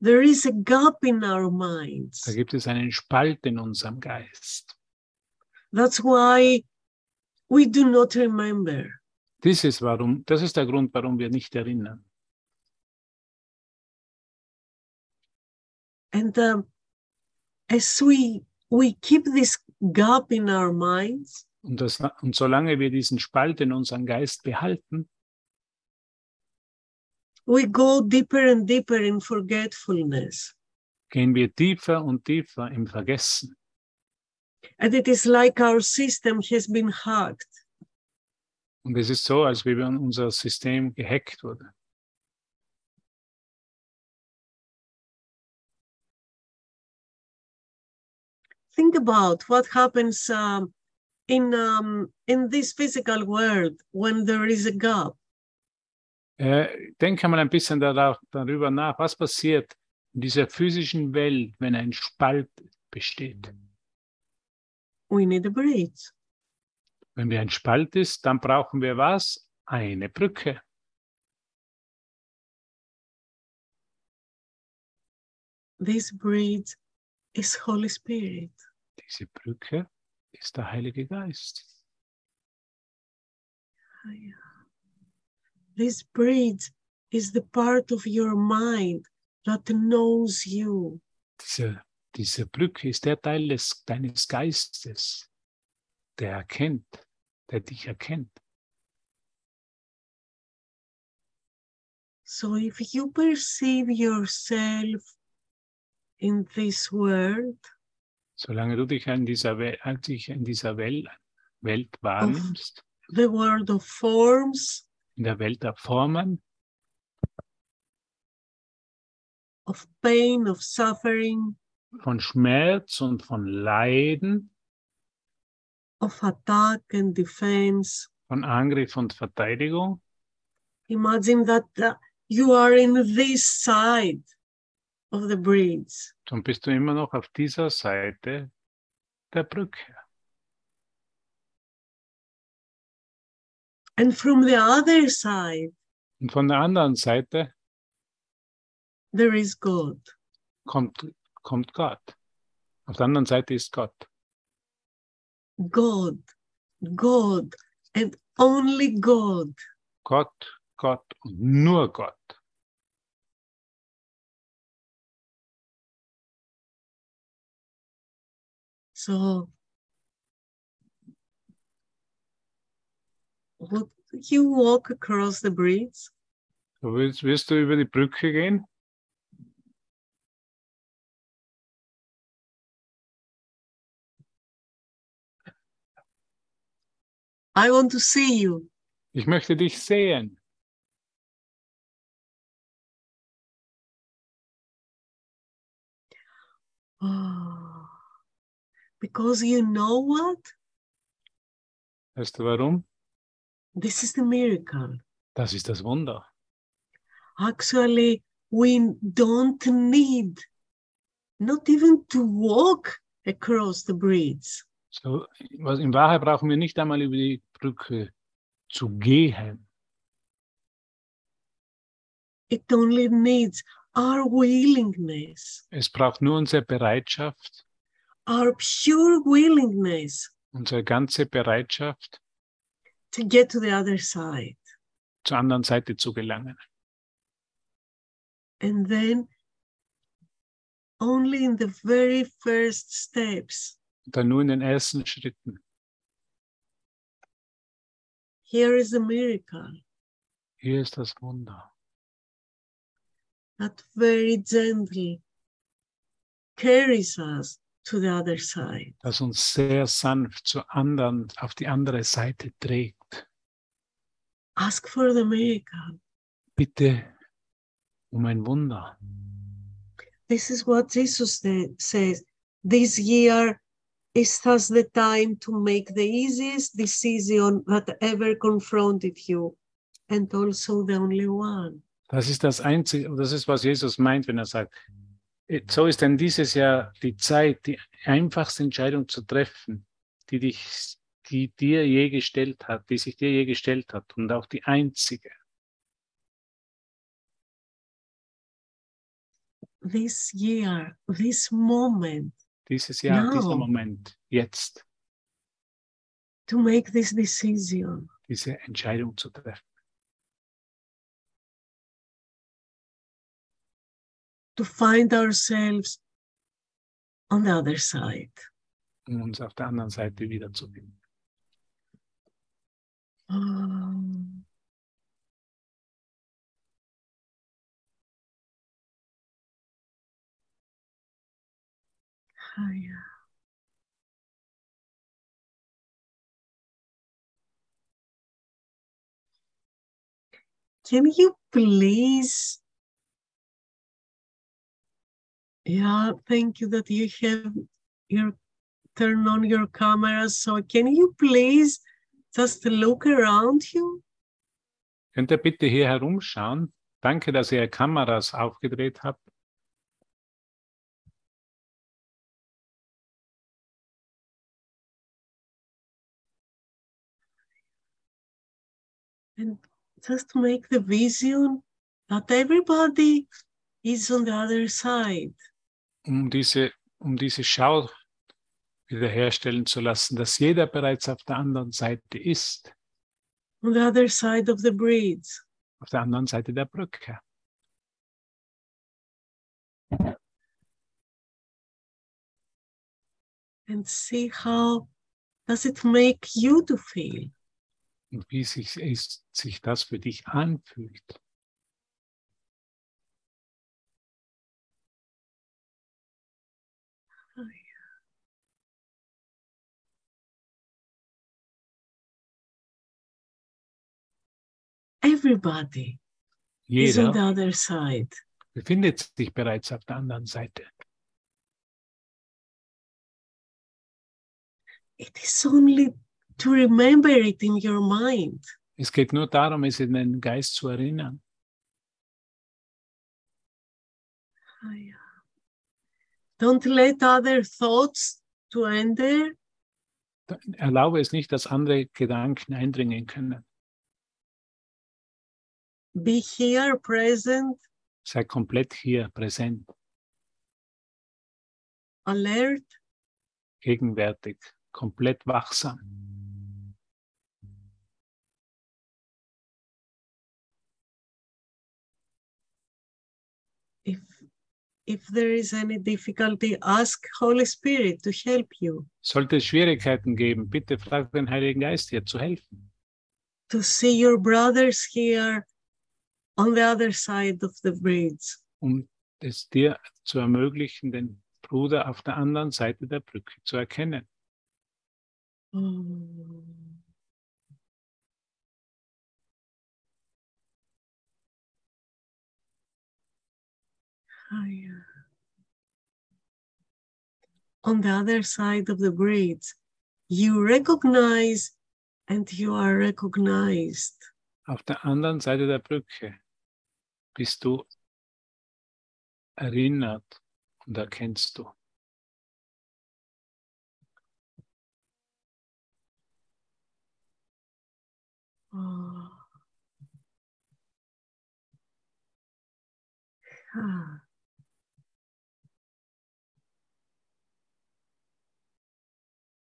S1: There is a gap in our minds.
S2: Da gibt es einen Spalt in unserem Geist.
S1: That's why we do not remember.
S2: Das ist, warum, das ist der Grund, warum wir nicht erinnern.
S1: And um, as we we keep this gap in our minds,
S2: Und, das, und solange wir diesen Spalt in unserem Geist behalten,
S1: we go deeper and deeper in forgetfulness.
S2: gehen wir tiefer und tiefer im Vergessen.
S1: And it is like our system has been hacked.
S2: Und es ist so, als wäre unser System gehackt wurde.
S1: Think about what happens um, in um, in this physical world when there is a gap.
S2: Äh, denke mal ein bisschen darauf, darüber nach, was passiert in dieser physischen Welt, wenn ein Spalt besteht.
S1: We need a bridge.
S2: Wenn wir ein Spalt ist, dann brauchen wir was? Eine Brücke.
S1: This bridge is Holy Spirit.
S2: Diese Brücke ist der Heilige Geist.
S1: Ah, yeah. This bridge is the part of your mind that knows you.
S2: Diese, diese Brücke ist der Teil des, deines Geistes, der erkennt, der dich erkennt.
S1: So if you perceive yourself in this world
S2: Solange du dich in dieser, Wel äh, dich in dieser Wel Welt wahrnimmst,
S1: the world of forms,
S2: in der Welt der Formen,
S1: of pain, of suffering,
S2: von Schmerz und von Leiden,
S1: of attack and defense,
S2: von Angriff und Verteidigung,
S1: imagine that uh, you are in this side of the bridge.
S2: dann bist du immer noch auf dieser Seite der Brücke.
S1: And from the other side,
S2: Und von der anderen Seite
S1: there is God.
S2: kommt, kommt Gott. Auf der anderen Seite ist Gott.
S1: God, God, and only God.
S2: Gott, Gott und nur Gott.
S1: So, would you walk across the bridge?
S2: Du willst, wirst du über die Brücke gehen?
S1: I want to see you.
S2: Ich möchte dich sehen.
S1: Oh. Because you know what?
S2: Weißt du warum?
S1: This is the miracle.
S2: Das ist das Wunder.
S1: Actually, we don't need not even to walk across the bridge.
S2: So, was, in Wahrheit brauchen wir nicht einmal über die Brücke zu gehen.
S1: It only needs our willingness,
S2: Es braucht nur unsere Bereitschaft,
S1: our pure willingness
S2: unsere ganze Bereitschaft,
S1: to get to the other side.
S2: zur anderen Seite zu gelangen.
S1: And then only in the very first steps,
S2: Und dann nur in den ersten Schritten.
S1: here is a miracle,
S2: Hier ist das Wunder.
S1: that very gently carries us to the other side.
S2: das uns sehr sanft zur anderen, auf die andere Seite trägt.
S1: Ask for the miracle.
S2: Bitte um ein Wunder.
S1: This is what Jesus sa- says. This year is thus the time to make the easiest decision that ever confronted you, and also the only one.
S2: Das ist das Einzige, das ist, was Jesus meint, wenn er sagt, "Eh, so ist denn dieses Jahr die Zeit, die einfachste Entscheidung zu treffen, die dich, die dir je gestellt hat, die sich dir je gestellt hat und auch die einzige.
S1: This year, this moment,
S2: Dieses Jahr,
S1: Now.
S2: dieser Moment, jetzt,
S1: to make this decision.
S2: diese Entscheidung zu treffen,
S1: to find ourselves on the other side.
S2: um uns auf der anderen Seite wiederzufinden.
S1: Um, ah, yeah. Can you please? Yeah, thank you that you have your turn on your camera. So can you please just look around you
S2: Könnt ihr bitte hier herumschauen? Danke, dass ihr Kameras aufgedreht habt.
S1: and just make the vision that everybody is on the other side.
S2: um diese, um diese Schau wiederherstellen zu lassen, dass jeder bereits auf der anderen Seite ist,
S1: on the other side of the bridge.
S2: auf der anderen Seite der Brücke.
S1: and see how does it make you to feel
S2: Und wie sich, es, sich das für dich anfühlt.
S1: everybody is on the
S2: Jeder
S1: other side
S2: befindet sich bereits auf der anderen Seite.
S1: it is only to remember it in your mind
S2: Es geht nur darum, es in den Geist zu erinnern.
S1: don't let other thoughts to enter
S2: Erlaube es nicht, dass andere Gedanken eindringen können.
S1: be here present
S2: Sei komplett hier präsent,
S1: alert
S2: gegenwärtig, komplett wachsam.
S1: if if there is any difficulty ask holy spirit to help you
S2: Sollte es Schwierigkeiten geben, bitte frag den Heiligen Geist, dir zu helfen.
S1: to see your brothers here on the other side of the bridge
S2: um es dir zu ermöglichen, den Bruder auf der anderen Seite der Brücke zu erkennen.
S1: Mm. Higher. uh, On the other side of the bridge, you recognize and you are recognized.
S2: Auf der anderen Seite der Brücke bist du erinnert und erkennst du.
S1: Oh. Ah.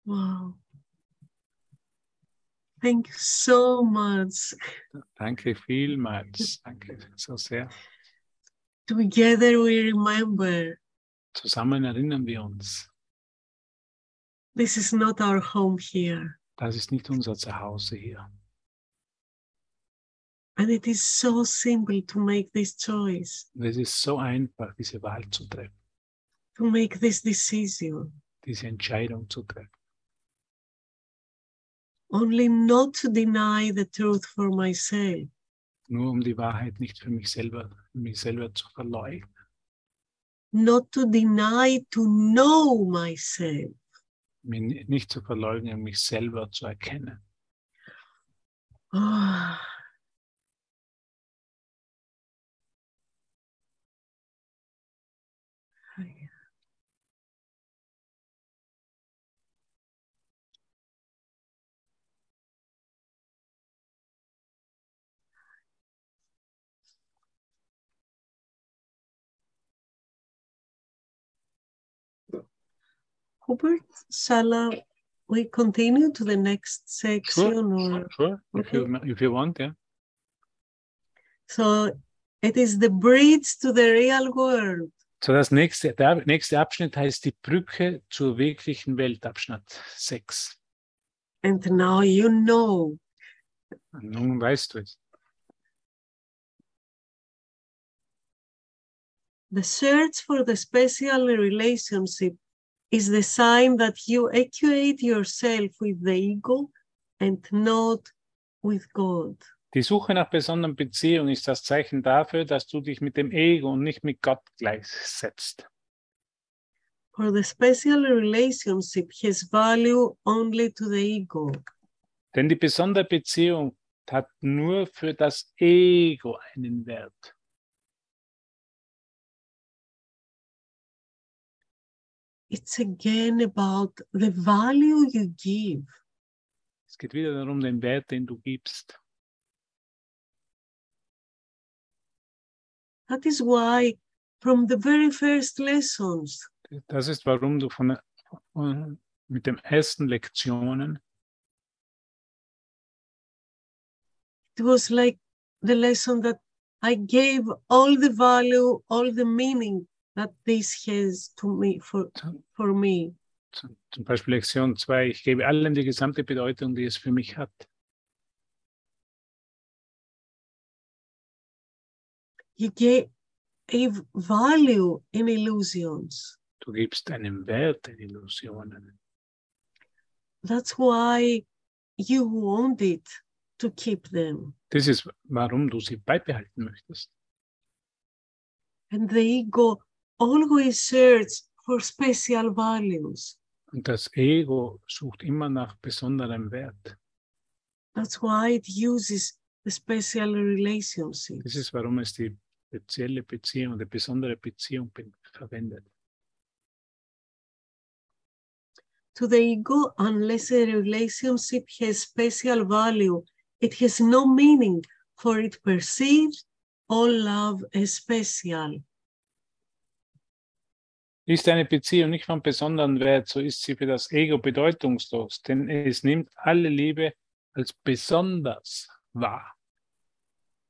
S1: Wow. Thank you so much.
S2: Danke vielmals. Danke so sehr.
S1: Together we remember
S2: Zusammen erinnern wir uns.
S1: this is not our home here.
S2: Das ist nicht unser Zuhause hier.
S1: And it is so simple to make this choice,
S2: Und es ist so einfach, diese Wahl zu treffen,
S1: to make this decision.
S2: diese Entscheidung zu treffen.
S1: Only not to deny the truth for myself.
S2: Nur um die Wahrheit nicht für mich selber, für mich selber zu verleugnen.
S1: not to deny to know myself.
S2: mir ni- nicht zu verleugnen, mich selber zu erkennen.
S1: Ah. Hubert, shall uh, we continue to the next section? or?
S2: Sure. If, you, if you want, yeah.
S1: So it is the bridge to the real world.
S2: So, das nächste, der nächste Abschnitt heißt die Brücke zur wirklichen Welt, Abschnitt 6.
S1: And now you know
S2: Nun weißt du es.
S1: the search for the special relationship is the sign that you equate yourself with the ego and not with God.
S2: Die Suche nach besonderen Beziehungen ist das Zeichen dafür, dass du dich mit dem Ego und nicht mit Gott gleichsetzt.
S1: For the special relationship has value only to the ego,
S2: Denn die besondere Beziehung hat nur für das Ego einen Wert.
S1: it's again about the value you give.
S2: Es geht wieder darum, den Wert, den du gibst.
S1: That is why, from the very first lessons,
S2: Das ist, warum du von, von mit den ersten Lektionen,
S1: it was like the lesson that I gave all the value, all the meaning that this has to me for, for me.
S2: zum zum Beispiel Lektion 2, ich gebe allem die gesamte Bedeutung, die es für mich hat.
S1: You gave, gave value in illusions.
S2: Du gibst einen Wert den Illusionen.
S1: That's why you wanted to keep them.
S2: Das ist, warum du sie beibehalten möchtest.
S1: And the ego always searches for special values.
S2: Und das Ego sucht immer nach besonderem Wert.
S1: That's why it uses the special relationship.
S2: Das ist, warum es die spezielle Beziehung, die besondere Beziehung be- verwendet.
S1: To the ego, unless a relationship has special value, it has no meaning, for it perceives all love as special.
S2: Ist eine Beziehung nicht von besonderem Wert, so ist sie für das Ego bedeutungslos, denn es nimmt alle Liebe als besonders wahr.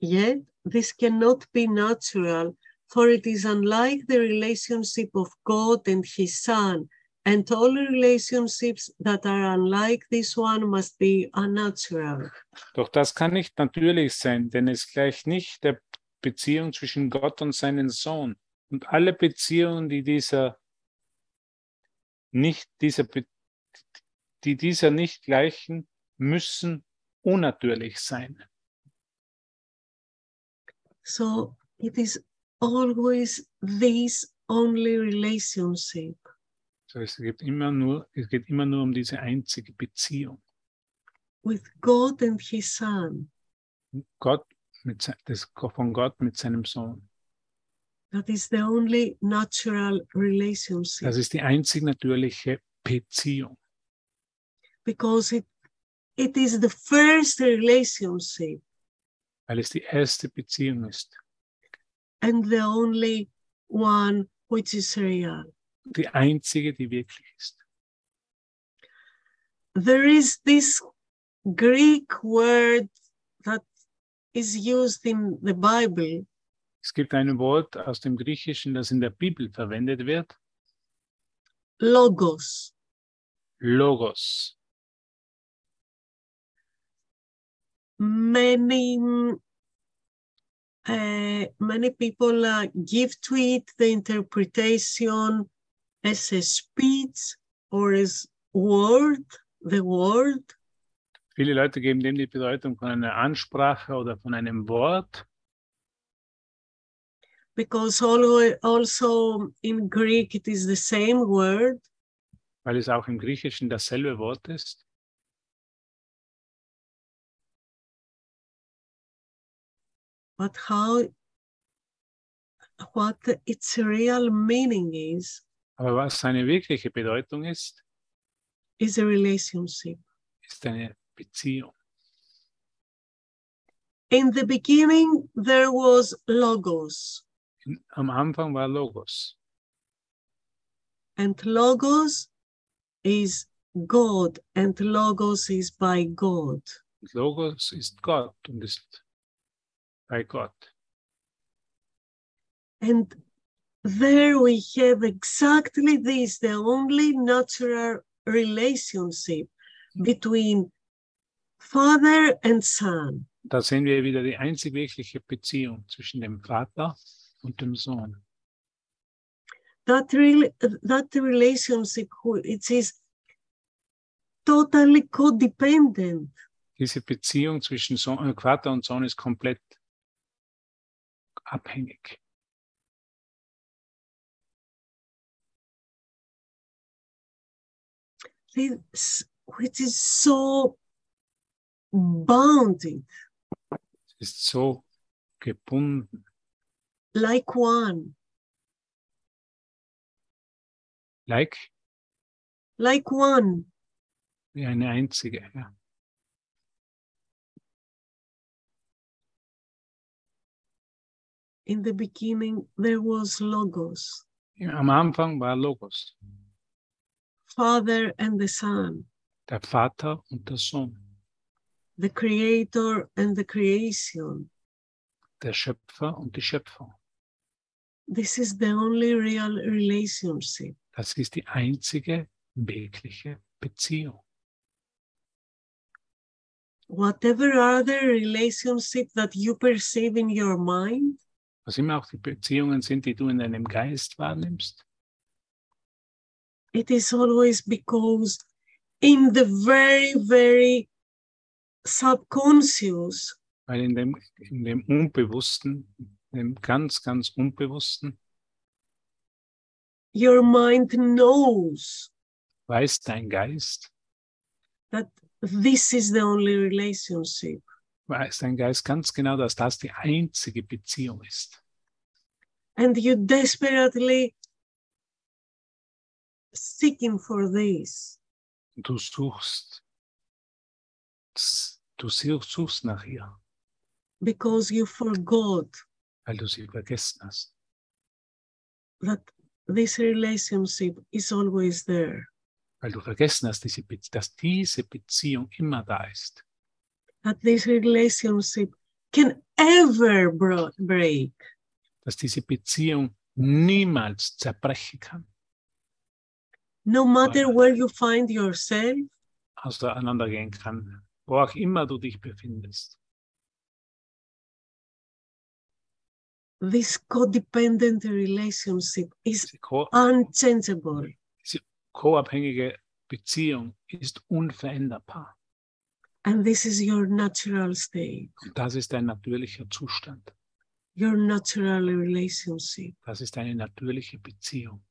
S1: Yet, this cannot be natural, for it is unlike the relationship of God and His Son, and all relationships that are unlike this one must be unnatural.
S2: Doch das kann nicht natürlich sein, denn es gleicht nicht der Beziehung zwischen Gott und seinen Sohn. Und alle Beziehungen, die dieser nicht, dieser, Be- die dieser nicht gleichen, müssen unnatürlich sein.
S1: So, it is always this only relationship.
S2: So es geht immer nur, es geht immer nur um diese einzige Beziehung.
S1: with God and His Son.
S2: Gott mit, se- das, von Gott mit seinem Sohn.
S1: That is the only natural relationship
S2: Das ist die einzig natürliche Beziehung,
S1: because it, it is the first relationship
S2: weil es die erste Beziehung ist,
S1: and the only one which is real.
S2: die einzige, die wirklich ist.
S1: There is this Greek word that is used in the Bible
S2: Es gibt ein Wort aus dem Griechischen, das in der Bibel verwendet wird,
S1: logos.
S2: Logos.
S1: Many mm, uh, many people uh, give to it the interpretation as a speech or as word, the word,
S2: Viele Leute geben dem die Bedeutung von einer Ansprache oder von einem Wort.
S1: because alwa- also in Greek it is the same word,
S2: weil es auch im Griechischen dasselbe Wort ist.
S1: but how what its real meaning is
S2: Aber was seine wirkliche Bedeutung ist,
S1: is a relationship.
S2: ist eine Beziehung.
S1: In the beginning there was logos,
S2: In- Am Anfang war Logos
S1: and logos is god and logos is by god
S2: und Logos ist Gott und ist bei Gott.
S1: and there we have exactly this the only natural relationship between father and son
S2: Da sehen wir wieder die einzig wirkliche Beziehung zwischen dem Vater und dem Sohn.
S1: that really that relationship who- it is totally codependent
S2: diese Beziehung zwischen Sohn, äh, Vater und Sohn ist komplett abhängig.
S1: this, which is so bounded
S2: Es ist so gebunden,
S1: like one
S2: like
S1: like one
S2: wie eine einzige. Ja.
S1: In the beginning, there was Logos,
S2: Am Anfang war Logos,
S1: Father and the Son,
S2: der Vater und der Sohn,
S1: the Creator and the creation.
S2: der Schöpfer und die Schöpfung.
S1: This is the only real relationship.
S2: Das ist die einzige wirkliche Beziehung.
S1: Whatever other relationship that you perceive in your mind
S2: Was immer auch die Beziehungen sind, die du in deinem Geist wahrnimmst,
S1: it is always because in the very very subconscious
S2: weil in dem, in dem Unbewussten, in dem ganz, ganz Unbewussten,
S1: your mind knows
S2: weiß dein Geist,
S1: that this is the only relationship
S2: weiß dein Geist ganz genau, dass das die einzige Beziehung ist.
S1: and you desperately seeking for this
S2: Du suchst, du suchst, suchst nach ihr,
S1: because you forgot
S2: weil du sie vergessen hast,
S1: that this relationship is always there
S2: weil du vergessen hast, diese, Be- dass diese Beziehung immer da ist,
S1: that this relationship can ever bro- break
S2: dass diese Beziehung niemals zerbrechen kann,
S1: no matter where you find yourself
S2: auseinandergehen kann, wo auch immer du dich befindest.
S1: this codependent relationship is
S2: Diese ko
S1: unchangeable.
S2: koabhängige Beziehung ist unveränderbar.
S1: And this is your natural state,
S2: Und das ist ein natürlicher Zustand.
S1: your natural relationship.
S2: Das ist eine natürliche Beziehung.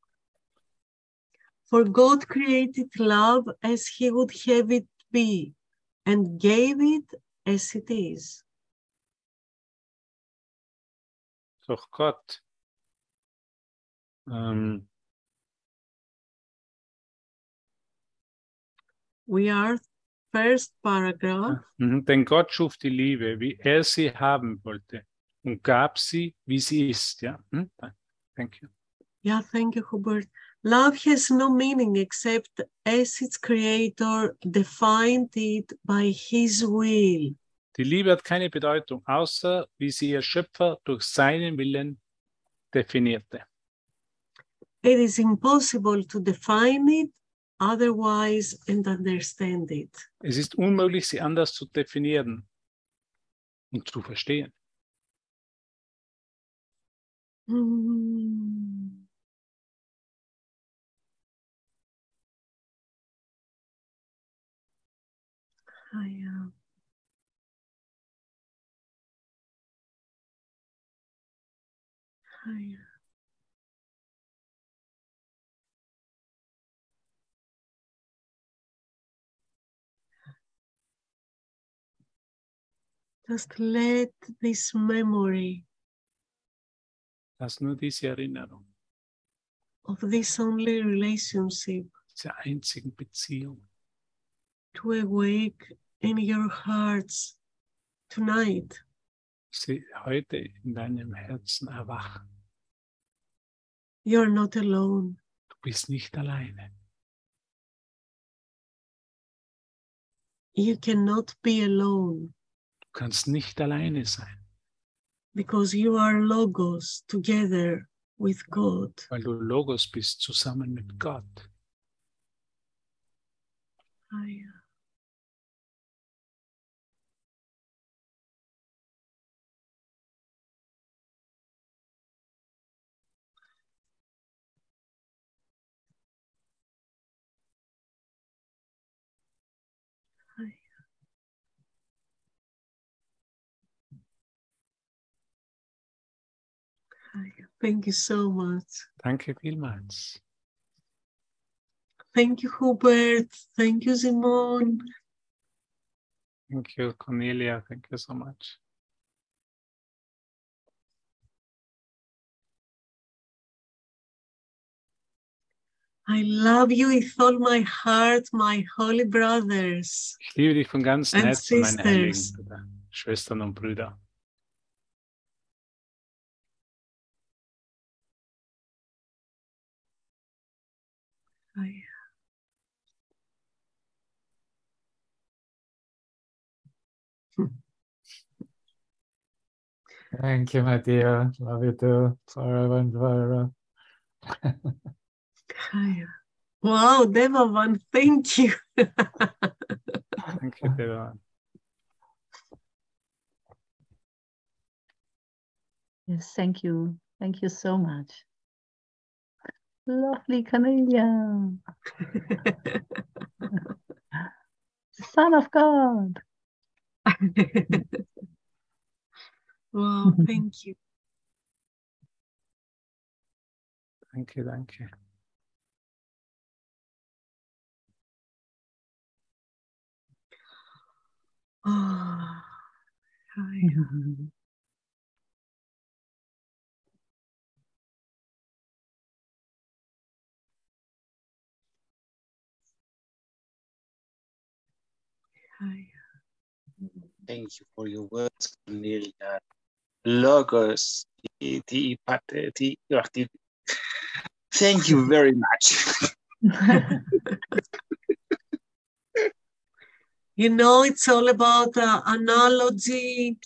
S1: For God created love as he would have it be and gave it as it is.
S2: Doch Gott ähm,
S1: We are first paragraph.
S2: Mhm. Denn Gott schuf die Liebe, wie er sie haben wollte und gab sie, wie sie ist. Ja, hm? thank you.
S1: Yeah, thank you, Hubert. Love has no meaning except as its creator defined it by his will.
S2: Die Liebe hat keine Bedeutung, außer wie sie ihr Schöpfer durch seinen Willen definierte.
S1: It is impossible to define it otherwise and understand it.
S2: Es ist unmöglich, sie anders zu definieren und zu verstehen.
S1: Mm. I, uh, I, uh, Just let this memory
S2: Dass nur diese Erinnerung,
S1: of this only relationship
S2: diese einzigen Beziehung,
S1: to awake in your hearts tonight.
S2: sie heute in deinem Herzen erwachen.
S1: You're not alone.
S2: Du bist nicht alleine.
S1: You cannot be alone
S2: Du kannst nicht alleine sein.
S1: because you are Logos together with God.
S2: weil du Logos bist, zusammen mit Gott.
S1: I, Oh, I Oh, thank you so much.
S2: Danke vielmals.
S1: Thank you, Hubert. Thank you, Simon.
S2: Thank you, Cornelia. Thank you so much.
S1: I love you with all my heart, my holy brothers.
S2: Ich liebe dich von ganzem
S1: And
S2: Herzen, meine heiligen
S1: sisters.
S2: Brüder, Schwestern und Brüder.
S1: Oh, yeah.
S3: Thank you, my dear. Love you too, forever and forever.
S1: Kaya. Wow, Devavan, thank you. Oh.
S2: Danke, Devan.
S4: Yes, thank you. Thank you so much. Lovely Cornelia, Son of God.
S1: wow, thank you.
S2: Danke, danke.
S1: Oh, Kaya. Kaya.
S5: Thank you for your words, Cornelia. Logos, E ti- ti- pat- ti- ti- Thank you very much.
S1: You know, it's all about uh, analogy.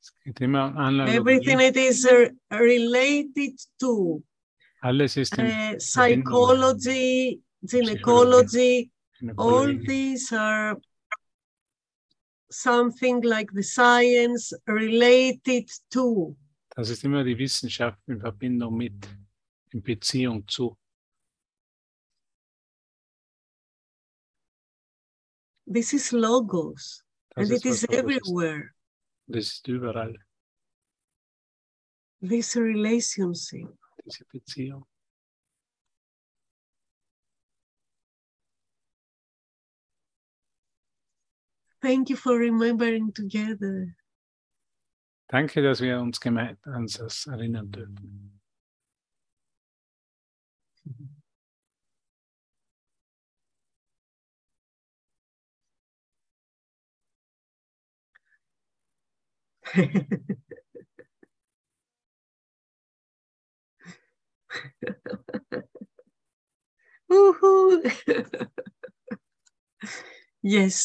S2: Es geht immer um Analogie.
S1: Everything it is uh, related to
S2: Alles ist in
S1: uh, psychology, gynecology.
S2: in
S1: All
S2: Kollegen.
S1: these are something like the science related to.
S2: Das ist immer die Wissenschaft in Verbindung mit, in Beziehung zu.
S1: This is logos,
S2: Das
S1: and it
S2: was
S1: is
S2: Logos
S1: everywhere.
S2: Das ist überall,
S1: This relationship.
S2: diese Beziehung.
S1: Thank you for remembering together.
S2: Danke, dass wir uns gemein, an das erinnern dürfen.
S1: Woohoo! yes.